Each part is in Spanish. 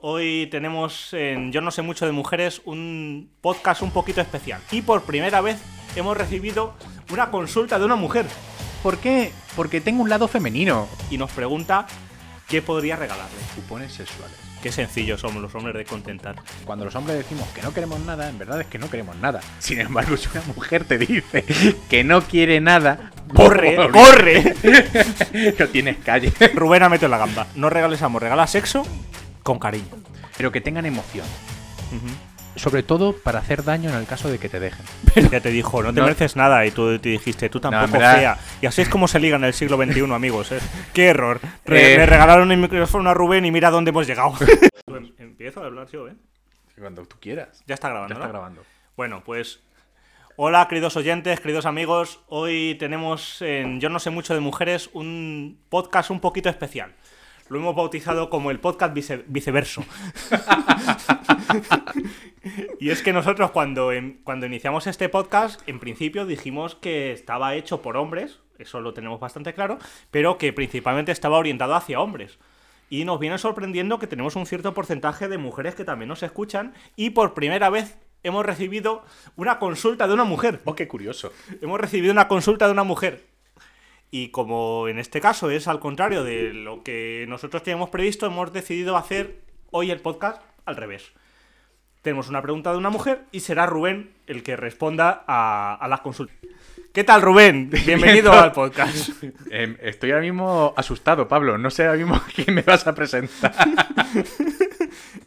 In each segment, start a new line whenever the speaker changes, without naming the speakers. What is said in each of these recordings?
Hoy tenemos en Yo no sé mucho de mujeres un podcast un poquito especial. Y por primera vez hemos recibido una consulta de una mujer
¿Por qué? Porque tengo un lado femenino.
y nos pregunta qué podría regalarle.
Cupones sexuales.
Qué sencillos somos los hombres de contentar.
Cuando los hombres decimos que no queremos nada, en verdad es que no queremos nada. Sin embargo, si una mujer te dice que no quiere nada,
¡Corre!
pobre,
¡Corre!
No tienes calle.
Rubén ha metido la gamba. No regales amor, regala sexo con cariño.
Pero que tengan emoción. Sobre todo para hacer daño en el caso de que te dejen.
Ya te dijo, no te
No.
mereces nada. Y tú te dijiste, tú tampoco,
en verdad-
fea. Y así es como se liga en el siglo XXI, amigos. ¿eh? ¡Qué error! Re-
Eh.
Le regalaron el micrófono a Rubén y mira dónde hemos llegado. Em- Empiezo a hablar yo, ¿eh?
Cuando tú quieras.
Ya está grabando.
Ya está
¿no?
grabando.
Bueno, pues. Hola, queridos oyentes, queridos amigos. Hoy tenemos en Yo no sé mucho de mujeres un podcast un poquito especial. Lo hemos bautizado como el podcast vice- viceverso. y es que nosotros cuando, em- cuando iniciamos este podcast, en principio dijimos que estaba hecho por hombres, eso lo tenemos bastante claro, pero que principalmente estaba orientado hacia hombres. Y nos viene sorprendiendo que tenemos un cierto porcentaje de mujeres que también nos escuchan y por primera vez hemos recibido una consulta de una mujer.
Oh, qué curioso.
Hemos recibido una consulta de una mujer. Y como en este caso es al contrario de lo que nosotros teníamos previsto, hemos decidido hacer hoy el podcast al revés. Tenemos una pregunta de una mujer y será Rubén el que responda a, a la consulta. ¿Qué tal, Rubén? Bienvenido al podcast.
Em, estoy ahora mismo asustado, Pablo. No sé ahora mismo a quién me vas a presentar.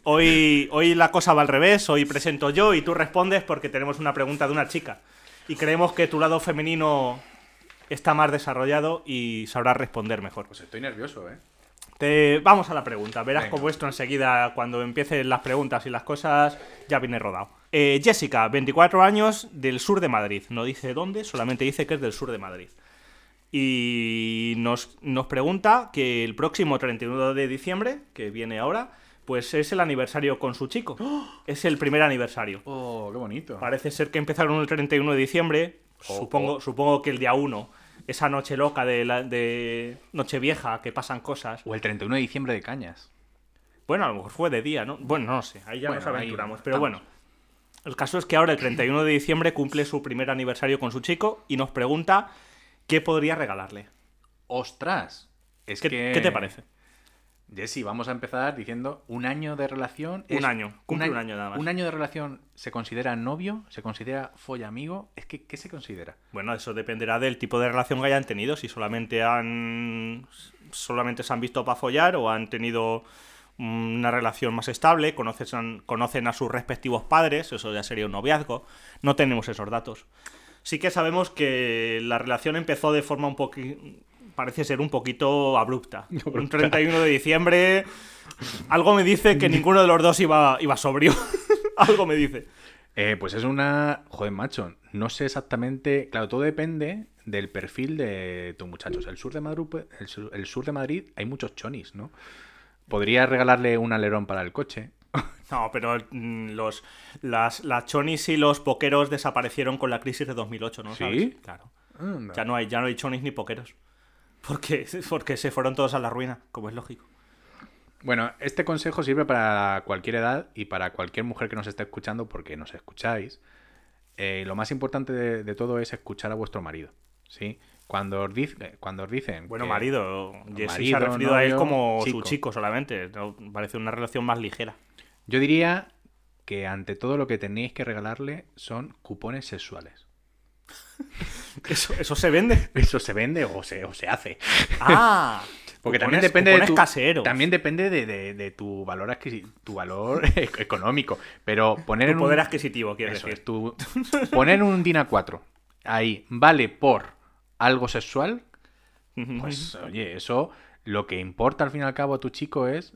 Hoy, hoy la cosa va al revés, hoy presento yo y tú respondes porque tenemos una pregunta de una chica. Y creemos que tu lado femenino está más desarrollado y sabrás responder mejor.
Pues estoy nervioso, ¿eh?
Te- Vamos a la pregunta. Verás
Venga.
como esto enseguida, cuando empiecen las preguntas y las cosas, ya viene rodado. Eh, Jessica, 24 años, del sur de Madrid. No dice dónde, solamente dice que es del sur de Madrid. Y nos, nos pregunta que el próximo 31 de diciembre, que viene ahora, pues es el aniversario con su chico. Es el primer aniversario.
Oh, qué bonito.
Parece ser que empezaron el 31 de diciembre.
Oh,
supongo, supongo que el día 1, esa noche loca de, la, de Nochevieja, que pasan cosas.
O el 31 de diciembre de Cañas.
Bueno, a lo mejor fue de día, ¿no? Bueno, no sé, ahí ya
Bueno,
nos aventuramos.
ahí
pero
estamos.
bueno, el caso es que ahora el 31 de diciembre cumple su primer aniversario con su chico y nos pregunta qué podría regalarle.
¡Ostras! Es
¿Qué,
que...
qué te parece?
Jessy, vamos a empezar diciendo un año de relación.
Un año, cumple un año nada más.
Un año de relación se considera novio, se considera follamigo. Es que, ¿qué se considera?
Bueno, eso dependerá del tipo de relación que hayan tenido, si solamente han solamente se han visto para follar o han tenido una relación más estable, conocen, conocen a sus respectivos padres, eso ya sería un noviazgo, no tenemos esos datos. Sí que sabemos que la relación empezó de forma un poquito, parece ser un poquito abrupta. Un 31 de diciembre, algo me dice que ninguno de los dos iba, iba sobrio, algo me dice.
Eh, pues es una... Joder, macho, no sé exactamente... Claro, todo depende del perfil de tus muchachos. El sur de Madrid, el sur, el sur de Madrid hay muchos chonis, ¿no? Podría regalarle un alerón para el coche.
No, pero mm, los, las, las chonis y los pokeros desaparecieron con la crisis de 2008, ¿no?
¿Sí?
¿Sabes? Claro.
Anda.
Ya no hay, ya no hay chonis ni pokeros. Porque, porque se fueron todos a la ruina, como es lógico.
Bueno, este consejo sirve para cualquier edad y para cualquier mujer que nos esté escuchando porque nos escucháis. Eh, lo más importante de, de todo es escuchar a vuestro marido, ¿sí? Cuando os, diz- eh, cuando os dicen...
Bueno,
que-
marido. Jesse se ha
marido,
referido a él
novio,
como
chico.
su chico solamente. ¿no? Parece una relación más ligera.
Yo diría que ante todo lo que tenéis que regalarle son cupones sexuales.
Eso, eso se vende.
Eso se vende o se, o se hace.
¡Ah!
Porque
Cupones-
también depende de
cupones
tu,
caseros.
También depende de, de- de tu valor adquisi- tu valor económico. Pero poner
Tu
en
poder
un...
adquisitivo, quiero
Eso
decir.
es, tú- poner un DINA 4 ahí vale por algo sexual, pues oye, eso lo que importa al fin y al cabo a tu chico es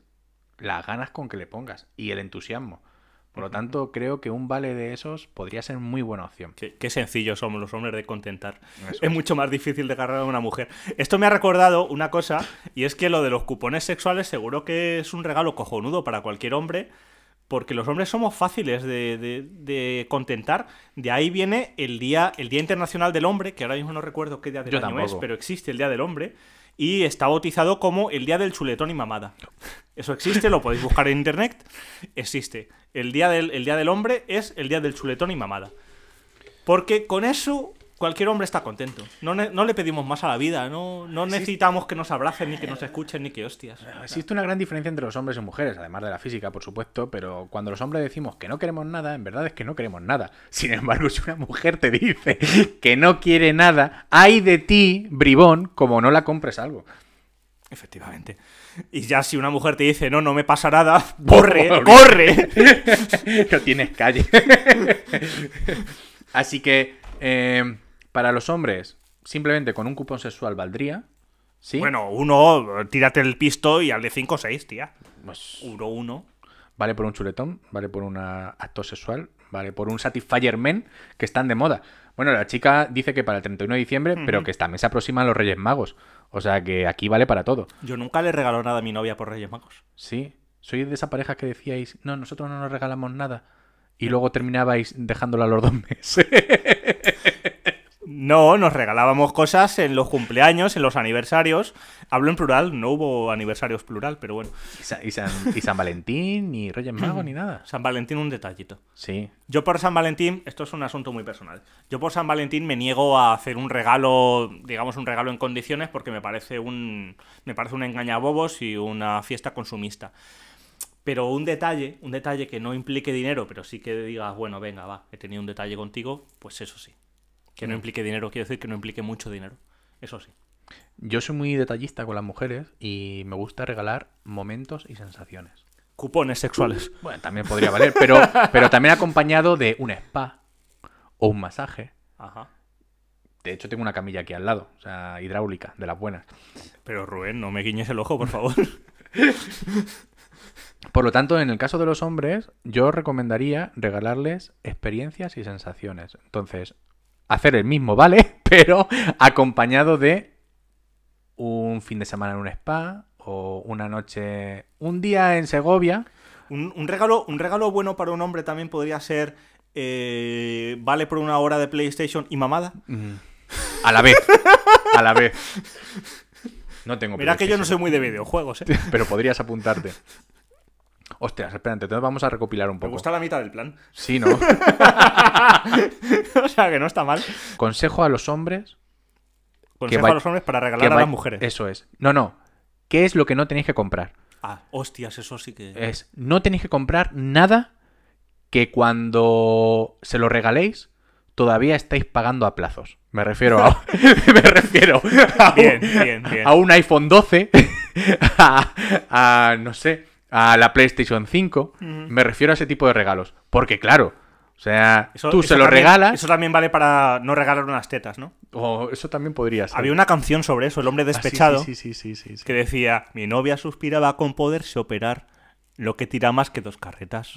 las ganas con que le pongas y el entusiasmo. Por lo tanto, creo que un vale de esos podría ser muy buena opción.
Qué, qué sencillos somos los hombres de contentar.
Eso
es
es.
mucho más difícil de agarrar a una mujer. Esto me ha recordado una cosa, y es que lo de los cupones sexuales seguro que es un regalo cojonudo para cualquier hombre, porque los hombres somos fáciles de, de- de contentar. De ahí viene el día, el día Internacional del Hombre, que ahora mismo no recuerdo qué día del
Yo
año es,
tampoco.
pero existe el Día del Hombre. y está bautizado como el Día del Chuletón y Mamada. Eso existe, lo podéis buscar en internet, existe. El Día del, el día del Hombre es el Día del Chuletón y Mamada. Porque con eso cualquier hombre está contento. No, ne- no le pedimos más a la vida, no, no necesitamos que nos abracen, ni que nos escuchen, ni que hostias.
Existe una gran diferencia entre los hombres y mujeres, además de la física, por supuesto, pero cuando los hombres decimos que no queremos nada, en verdad es que no queremos nada. Sin embargo, si una mujer te dice que no quiere nada, hay de ti, bribón, como no la compres algo.
Efectivamente. Y ya si una mujer te dice, no, no me pasa nada, corre, corre.
no tienes calle. Así que, eh, para los hombres, simplemente con un cupón sexual valdría. ¿Sí?
Bueno, uno, tírate el pisto y al de 5 o 6, tía.
Pues,
Uno, uno.
Vale por un chuletón, vale por un ah, acto sexual, vale por un Satisfyer Men, que están de moda. Bueno, la chica dice que para el 31 de diciembre, pero que también se aproximan los Reyes Magos. O sea que aquí vale para todo.
Yo nunca le regalo nada a mi novia por Reyes Magos.
Sí, sois de esa pareja que decíais, no, nosotros no nos regalamos nada. Y luego terminabais dejándola a los dos meses.
No, nos regalábamos cosas en los cumpleaños, en los aniversarios. Hablo en plural, no hubo aniversarios plural, pero bueno.
y, Sa- y San, y San Valentín, ni Reyes Magos, ni nada.
San Valentín un detallito.
Sí.
Yo por San Valentín, esto es un asunto muy personal. Yo por San Valentín me niego a hacer un regalo, digamos un regalo en condiciones porque me parece un me parece un engañabobos y una fiesta consumista. Pero un detalle, un detalle que no implique dinero, pero sí que digas, bueno, venga, va, he tenido un detalle contigo, pues eso sí. Que no implique dinero, quiero decir que no implique mucho dinero. Eso sí.
Yo soy muy detallista con las mujeres y me gusta regalar momentos y sensaciones.
Cupones sexuales.
Bueno, también podría valer, pero, pero también acompañado de un spa o un masaje.
Ajá.
De hecho, tengo una camilla aquí al lado, o sea, hidráulica, de las buenas.
Pero Rubén, no me guiñes el ojo, por favor.
Por lo tanto, en el caso de los hombres, yo recomendaría regalarles experiencias y sensaciones. Entonces, hacer el mismo, ¿vale? Pero acompañado de un fin de semana en un spa o una noche, un día en Segovia.
Un, un regalo, un regalo bueno para un hombre también podría ser. eh, vale por una hora de PlayStation y mamada.
A la vez. A la vez. No tengo
Mira que yo no
PlayStation.
soy muy de videojuegos, ¿eh?
Pero podrías apuntarte. Ostras, espérate, entonces vamos a recopilar un
Me
poco.
gusta la mitad del plan.
Sí, ¿no?
o sea que no está mal.
Consejo a los hombres.
Consejo
vaya-
a los hombres para
que
regalar a
vai-
las mujeres.
Eso es. No, no. ¿Qué es lo que no tenéis que comprar?
Ah, hostias, eso sí que.
Es, no tenéis que comprar nada que cuando se lo regaléis todavía estáis pagando a plazos. Me refiero a... me refiero a un-
Bien, bien, bien.
a un iPhone 12, a, a, no sé, a la PlayStation 5. Me refiero a ese tipo de regalos. Porque, claro, o sea,
Eso-
tú
eso
se lo
también-
regalas.
Eso también vale para no regalar unas tetas, ¿no?
o eso también podría ser.
Había una canción sobre eso, El hombre
Ah, sí,
despechado,
sí, sí, sí, sí, sí.
que decía: Mi novia suspiraba con poderse operar, lo que tira más que dos carretas.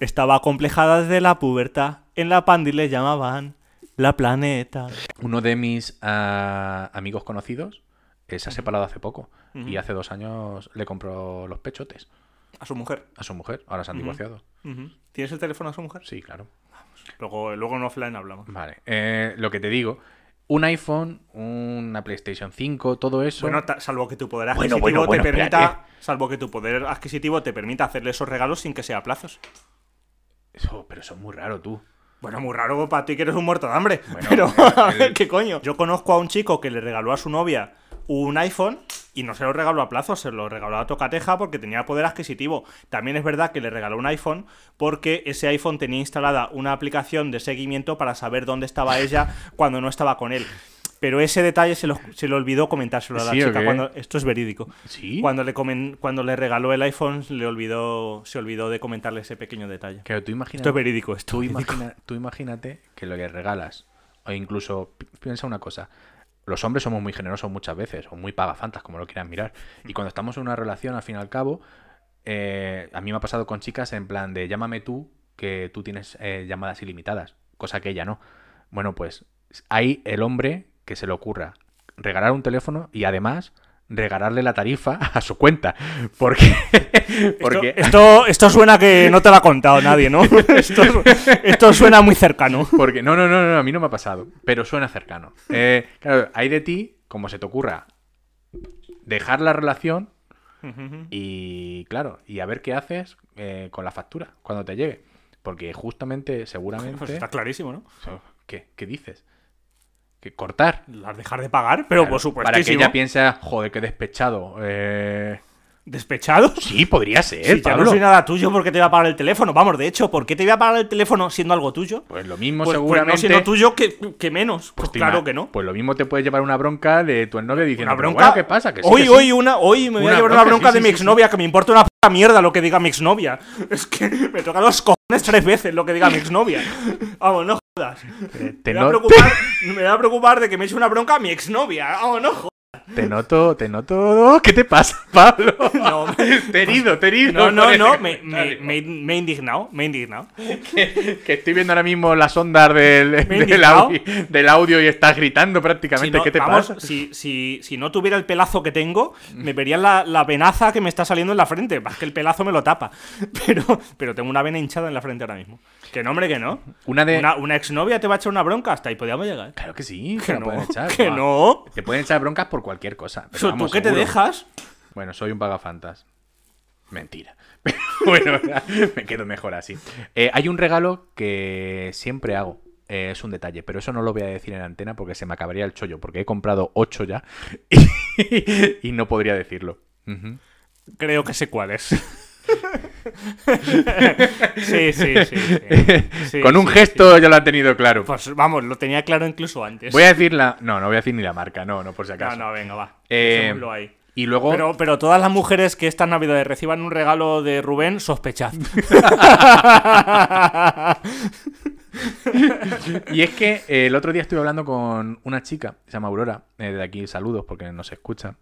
Estaba complejada desde la pubertad, en la pandi le llamaban la planeta.
Uno de mis ah, amigos conocidos eh, se ha separado hace poco. Y hace dos años le compró los pechotes
A su mujer.
a su mujer. Ahora se han divorciado.
¿Tienes el teléfono a su mujer?
Sí, claro.
Luego, luego en offline hablamos.
Vale. eh, lo que te digo. Un iPhone, una PlayStation 5, todo eso.
Bueno, ta- salvo que tu poder
Bueno,
adquisitivo
bueno, bueno,
te
espérate.
permita. Salvo que tu poder adquisitivo te permita hacerle esos regalos sin que sea a plazos.
Eso- pero eso es muy raro, tú.
Bueno, muy raro para ti que eres un muerto de hambre.
Bueno,
pero,
el-
a ver, ¿qué coño? Yo conozco a un chico que le regaló a su novia un iPhone y no se lo regaló a plazo, se lo regaló a tocateja porque tenía poder adquisitivo. También es verdad que le regaló un iPhone porque ese iPhone tenía instalada una aplicación de seguimiento para saber dónde estaba ella cuando no estaba con él. Pero ese detalle se lo, se le olvidó comentárselo a la
¿Sí o
chica.
qué?
Cuando, esto es verídico.
Sí.
Cuando le, comen- cuando le regaló el iPhone, le olvidó, se olvidó de comentarle ese pequeño detalle.
Claro, tú imagina-
Esto es verídico, esto
Pues Tú,
es verídico.
imagina- tú imagínate que lo que regalas, o incluso pi- piensa una cosa. Los hombres somos muy generosos muchas veces, o muy pagafantas, como lo quieras mirar. Y cuando estamos en una relación, al fin y al cabo, eh, a mí me ha pasado con chicas en plan de llámame tú, que tú tienes eh, llamadas ilimitadas, cosa que ella no. Bueno, pues hay el hombre que se le ocurra regalar un teléfono y además regalarle la tarifa a su cuenta. Porque, porque
Esto, esto, esto suena que no te lo ha contado nadie, ¿no? Esto, esto suena muy cercano.
Porque no, no, no, no, a mí no me ha pasado, pero suena cercano. Eh, claro, hay de ti, como se te ocurra dejar la relación y claro, y a ver qué haces eh, con la factura cuando te llegue. Porque justamente, seguramente...
Pues está clarísimo, ¿no?
¿Qué, qué dices? Que cortar.
Las dejar de pagar, pero
Claro,
por supuesto.
Para que ella piensa, joder, qué despechado. Eh,
¿Despechados?
Sí, podría ser,
Si yo no
Pablo.
soy nada tuyo, ¿por qué te voy a pagar el teléfono? Vamos, de hecho, ¿por qué te voy a pagar el teléfono siendo algo tuyo?
Pues lo mismo
Pues- pues
seguramente...
no siendo tuyo, que, que menos. Pues
te
claro
ima-
que no.
Pues lo mismo te puedes llevar una bronca de tu novio diciendo,
Una
"Pero
bronca.
bueno, ¿qué pasa? Que sí,
hoy,
que sí".
hoy, una, hoy me voy
Una
a llevar
bronca,
una bronca
sí,
de
sí,
mi
sí, sí.
exnovia, que me importa una puta mierda lo que diga mi exnovia. Es que me toca los cojones tres veces lo que diga mi exnovia. Vamos, no jodas.
Eh,
Me
Te,
va, a
no-
preocupar, me va a preocupar de que me eche una bronca mi exnovia. Vamos, no jodas.
te noto, te noto...
oh,
¿Qué te pasa, Pablo?
No, me-
te he herido, te he herido.
No,
por
no,
ese
no, me, me,
comentario.
me, me he indignado, me he indignado.
que, que estoy viendo ahora mismo las ondas del,
he
del
indignado.
audio, del audio y estás gritando prácticamente.
no,
¿Qué te
vamos,
pasa?
Si, si, si no tuviera el pelazo que tengo, me vería la, la venaza que me está saliendo en la frente. Más que el pelazo me lo tapa. Pero, pero tengo una vena hinchada en la frente ahora mismo. Que no, hombre, que no.
Una de.
Una, una exnovia te va a echar una bronca, hasta ahí podíamos llegar.
Claro que sí, te
Que
la
no,
pueden echar.
que
va.
no.
Te pueden echar broncas por cualquier cosa. pero
Eso, ¿Tú
vamos,
qué te
seguro.
dejas?
Bueno, soy un pagafantas. Mentira. Pero bueno, me quedo mejor así. Eh, hay un regalo que siempre hago. Eh, es un detalle, pero eso no lo voy a decir en antena porque se me acabaría el chollo, porque he comprado 8 ya y, no podría decirlo. Ujú.
Creo que sé cuál es. sí, sí, sí. sí. Sí,
Con un
sí,
gesto ya lo han tenido claro.
Pues vamos, lo tenía claro incluso antes.
Voy a decir la. No, no voy a decir ni la marca, no, no por si
No,
acaso.
no, venga, va.
Eh,
Dejémoslo ahí.
Y luego.
Pero, pero todas las mujeres que estas navidades reciban un regalo de Rubén, sospechad.
Y es que eh, el otro día estuve hablando con una chica, se llama Aurora, eh, de aquí saludos porque nos escucha.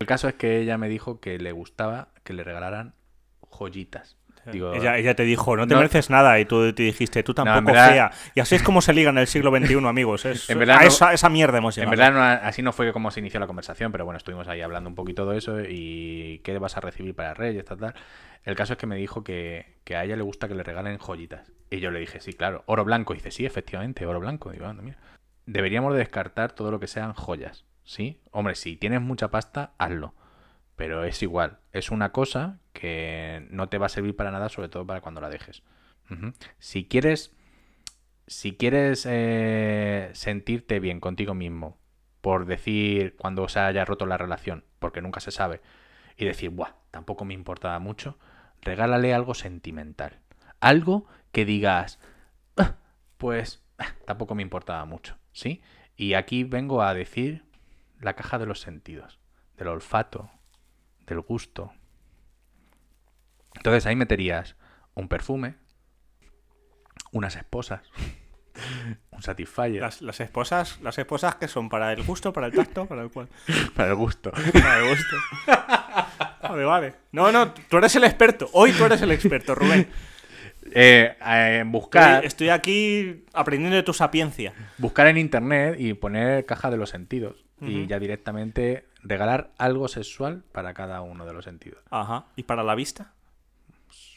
El caso es que ella me dijo que le gustaba que le regalaran joyitas. Digo,
ella, ella te dijo, no te
No.
mereces nada. Y tú te dijiste, tú tampoco,
verdad-
fea. Y así es como se liga en el siglo XXI, amigos. Es-
En verdad
a
no-
esa, esa mierda hemos
en
llegado.
verdad no, así no fue como se inició la conversación, pero bueno, estuvimos ahí hablando un poquito de eso y qué vas a recibir para Reyes, tal, tal. El caso es que me dijo que, que a ella le gusta que le regalen joyitas. Y yo le dije, sí, claro, oro blanco. Y dice, sí, efectivamente, oro blanco. Digo, anda, mira. Deberíamos de descartar todo lo que sean joyas, ¿sí? Hombre, si tienes mucha pasta, hazlo. Pero es igual, es una cosa que no te va a servir para nada, sobre todo para cuando la dejes. Ujú. Si quieres, si quieres eh, sentirte bien contigo mismo, por decir cuando se haya roto la relación, porque nunca se sabe, y decir, buah, tampoco me importaba mucho, regálale algo sentimental. Algo que digas, "Ah, pues ah, tampoco me importaba mucho, ¿sí? Y aquí vengo a decir la caja de los sentidos, del olfato, del gusto. Entonces ahí meterías un perfume, unas esposas, un satisfier
Las, las esposas, las esposas que son para el gusto, para el tacto, para el cual.
para el gusto.
Para el gusto. Vale, vale. No, no, tú eres el experto. Hoy tú eres el experto, Rubén.
Eh, eh, buscar,
Estoy, estoy aquí aprendiendo de tu sapiencia.
buscar en internet y poner caja de los sentidos. Y ya directamente regalar algo sexual para cada uno de los sentidos.
Ajá. ¿Y para la vista?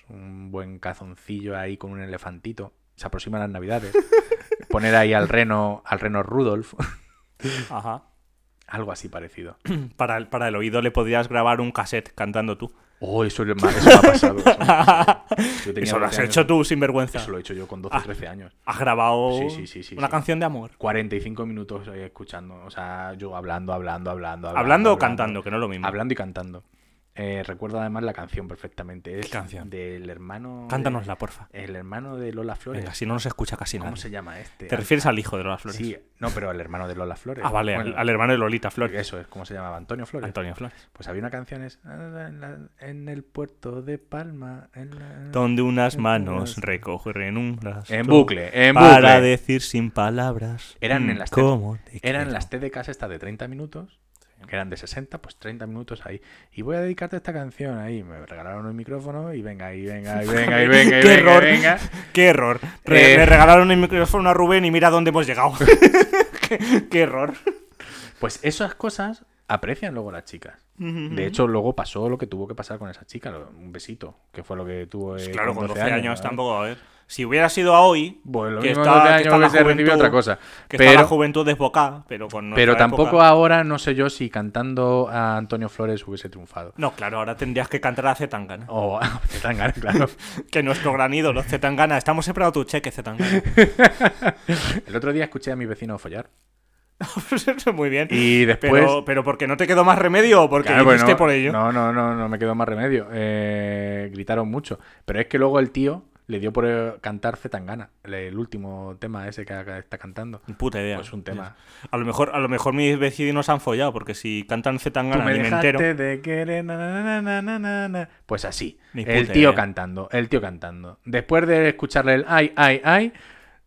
Un buen cazoncillo ahí con un elefantito. Se aproximan las navidades. poner ahí al reno, al reno Rudolf.
Ajá.
algo así parecido.
Para el, para el oído le podrías grabar un cassette cantando tú.
Oh, eso, es ma- eso me ha pasado. Eso, me ha pasado. Yo tenía
Eso lo
12
has
años.
hecho tú Ah. sin vergüenza.
Eso lo he hecho yo con 12 o 13 años.
Has grabado
Sí, sí, sí, sí,
una
sí.
canción de amor.
45 minutos ahí escuchando. O sea, yo hablando, hablando, hablando.
Hablando, o cantando, que no es lo mismo.
Hablando y cantando. Eh, recuerdo además la canción perfectamente. Es
canción?
Del hermano.
Cántanosla, porfa.
El hermano de Lola Flores.
Venga, si no nos escucha casi
¿Cómo
nadie.
se llama este?
¿Te refieres al hijo de Lola Flores?
Sí, no, pero al hermano de Lola Flores.
Ah, vale, al-
Bueno,
al, hermano de Lolita Flores.
Eso es, ¿cómo se llamaba? Antonio Flores.
Antonio Flores.
Pues había una canción es. "En la- En el puerto de Palma. En, la-
Donde unas
Unas
manos
manos.
recogen un brazo.
en bucle, en
Para
bucle.
decir sin palabras.
Eran en
mm,
las te-
cómo te
Eran
quiero.
las TDKs estas de 30 minutos, que eran de 60, pues 30 minutos ahí. Y voy a dedicarte a esta canción ahí. Me regalaron un micrófono y venga, y venga, y venga, y venga, y
Qué
venga, y
error.
venga.
Qué error. Re-
Eh.
Le regalaron el micrófono a Rubén y mira dónde hemos llegado. qué, qué error.
Pues esas cosas aprecian luego las chicas. De hecho, luego pasó lo que tuvo que pasar con esa chica, lo- un besito, que fue lo que tuvo. eh,
Pues Claro, con 12 años
¿vale?
tampoco, a ver. Si hubiera sido a hoy,
Bueno, Pues lo
que
mismo
está-
no te
que
daño
está la
que se recibe
juventud,
otra cosa.
que está la
Pero,
juventud desbocada, pero con nuestra
pero tampoco
época-
ahora no sé yo si cantando a Antonio Flores hubiese triunfado.
No, claro, ahora tendrías que cantar a Zetangana.
O Zetangana, claro.
Que nuestro gran ídolo, Zetangana. Estamos esperando tu cheque, Zetangana.
El otro día escuché a mi vecino follar.
Muy bien.
Y después.
Pero, pero porque no te quedó más remedio o porque
Claro, pues
viniste
no,
por ello.
No, no, no, no me quedó más remedio. Eh, gritaron mucho. Pero es que luego el tío le dio por eh, cantar Zetangana, el- el último tema ese que ha- está cantando.
Ni Puta idea.
Pues un tema.
A lo mejor, a lo mejor mis vecinos han follado, porque si cantan
Tú
Zetangana
me
ni me
dejaste
entero.
de querer, na, na, na, na, na, na. Pues así.
Ni
el
puta
tío
idea.
cantando, el tío cantando. Después de escucharle el ay, ay, ay,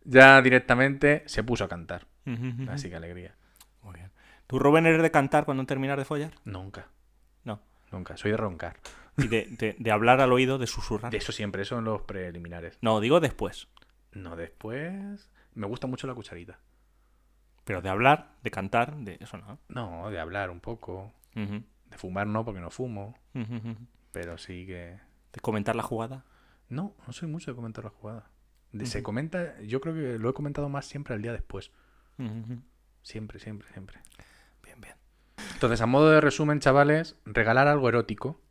ya directamente se puso a cantar.
Ujú, ujú.
Así que alegría.
Muy bien. ¿Tú, Rubén, eres de cantar cuando terminar de follar?
Nunca,
No.
nunca. Soy de roncar.
Y de, de- de hablar al oído, de susurrar.
De eso siempre, eso en los preliminares.
No, digo después.
No, después. Me gusta mucho la cucharita.
Pero de hablar, de cantar, de eso no.
No, de hablar un poco.
Ujú,
De fumar no, porque no fumo.
ujú, ujú.
Pero sí que.
De comentar la jugada.
No, no soy mucho de comentar la jugada. De- Se comenta, yo creo que lo he comentado más siempre al día después.
Ujú, ujú.
Siempre, siempre, siempre.
Bien, bien.
Entonces, a modo de resumen, chavales, regalar algo erótico.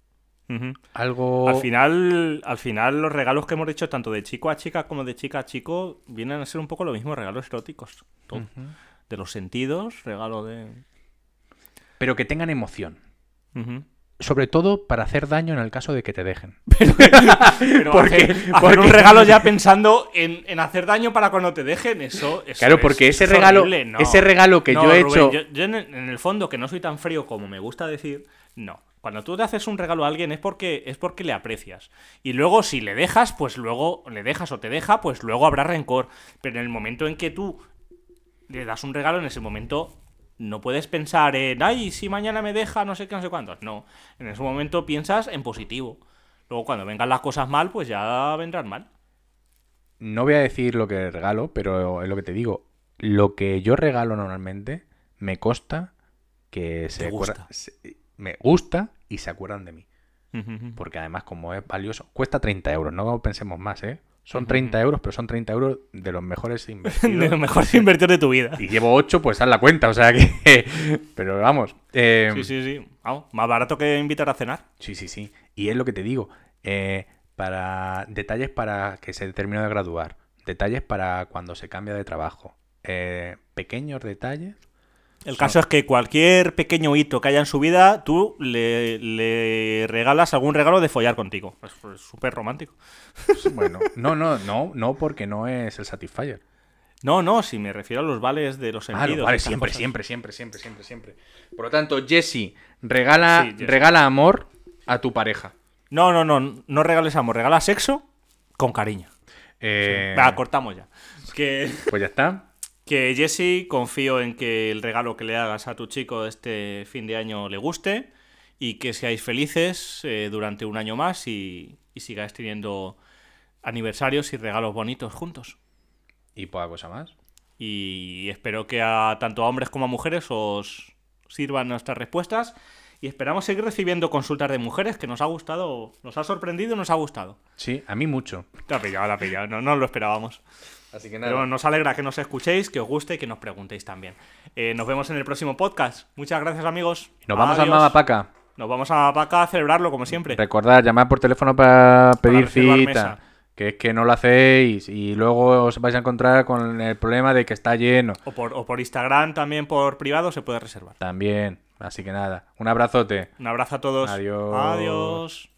Ujú.
Algo.
Al final, al final los regalos que hemos hecho tanto de chico a chica como de chica a chico vienen a ser un poco lo mismo, regalos eróticos. Todo.
Ujú.
De los sentidos, regalo de...
Pero que tengan emoción.
Ujú.
Sobre todo para hacer daño en el caso de que te dejen.
Pues Pero
Porque-
hacer, hacer un
porque-
regalo ya pensando en, en hacer daño para cuando te dejen, eso, eso
Claro,
es-
porque ese
es
regalo,
horrible, no.
ese regalo que
No,
yo he
Rubén,
hecho.
Yo, yo en, el, en el fondo, que no soy tan frío como me gusta decir, no. Cuando tú te haces un regalo a alguien es porque, es porque le aprecias. Y luego, si le dejas, pues luego le dejas o te deja, pues luego habrá rencor. Pero en el momento en que tú le das un regalo, en ese momento no puedes pensar en, ay, si mañana me deja, no sé qué, no sé cuántos. No. En ese momento piensas en positivo. Luego, cuando vengan las cosas mal, pues ya vendrán mal.
No voy a decir lo que regalo, pero es lo que te digo. Lo que yo regalo normalmente me consta que se
Te gusta.
acuerda- se- me gusta y se acuerdan de mí. Porque además, como es valioso, cuesta 30 euros, no pensemos más, ¿eh? Son 30 euros, pero son 30 euros de los mejores invertidos.
De lo mejor invertir de tu vida.
Y llevo 8, pues haz la cuenta, o sea que. pero vamos. eh,
Sí, sí, sí. Vamos, más barato que invitar a cenar.
Sí, sí, sí. Y es lo que te digo. eh, para detalles para que se termine de graduar, detalles para cuando se cambia de trabajo, eh, pequeños detalles.
El
Son-
caso es que cualquier pequeño hito que haya en su vida, tú le, le regalas algún regalo de follar contigo. Es es súper romántico.
Bueno, no, no, no, no, porque no es el Satisfyer.
No, no, si me refiero a los vales de los
Ah,
sentidos.
lo- vale,
estas
siempre,
cosas.
siempre, siempre, siempre, siempre, siempre. Por lo tanto, Jesse, regala,
Sí, Jesse.
regala amor a tu pareja.
No, no, no, no regales amor, regala sexo con cariño.
Eh,
Va, cortamos ya. Que,
pues ya está.
que Jesse, confío en que el regalo que le hagas a tu chico este fin de año le guste y que seáis felices eh, durante un año más y, y sigáis teniendo aniversarios y regalos bonitos juntos.
Y poca cosa más.
Y espero que a tanto a hombres como a mujeres os sirvan nuestras respuestas. Y esperamos seguir recibiendo consultas de mujeres que nos ha gustado, nos ha sorprendido y nos ha gustado.
Sí, a mí mucho.
La ha pillado, la ha pillado, no, no lo esperábamos.
Así que
Pero nos alegra que nos escuchéis, que os guste y que nos preguntéis también. Eh, nos vemos en el próximo podcast. Muchas gracias, amigos.
Nos vamos
Adiós.
al Mamapaca.
Nos vamos a Paca a celebrarlo, como siempre.
Recordad, llamad por teléfono para pedir
reservar
cita.
mesa.
Que es que no lo hacéis y luego os vais a encontrar con el problema de que está lleno
O por, o por Instagram, también por privado, se puede reservar.
también. Así que nada, un abrazote.
Un abrazo a todos.
Adiós.
Adiós.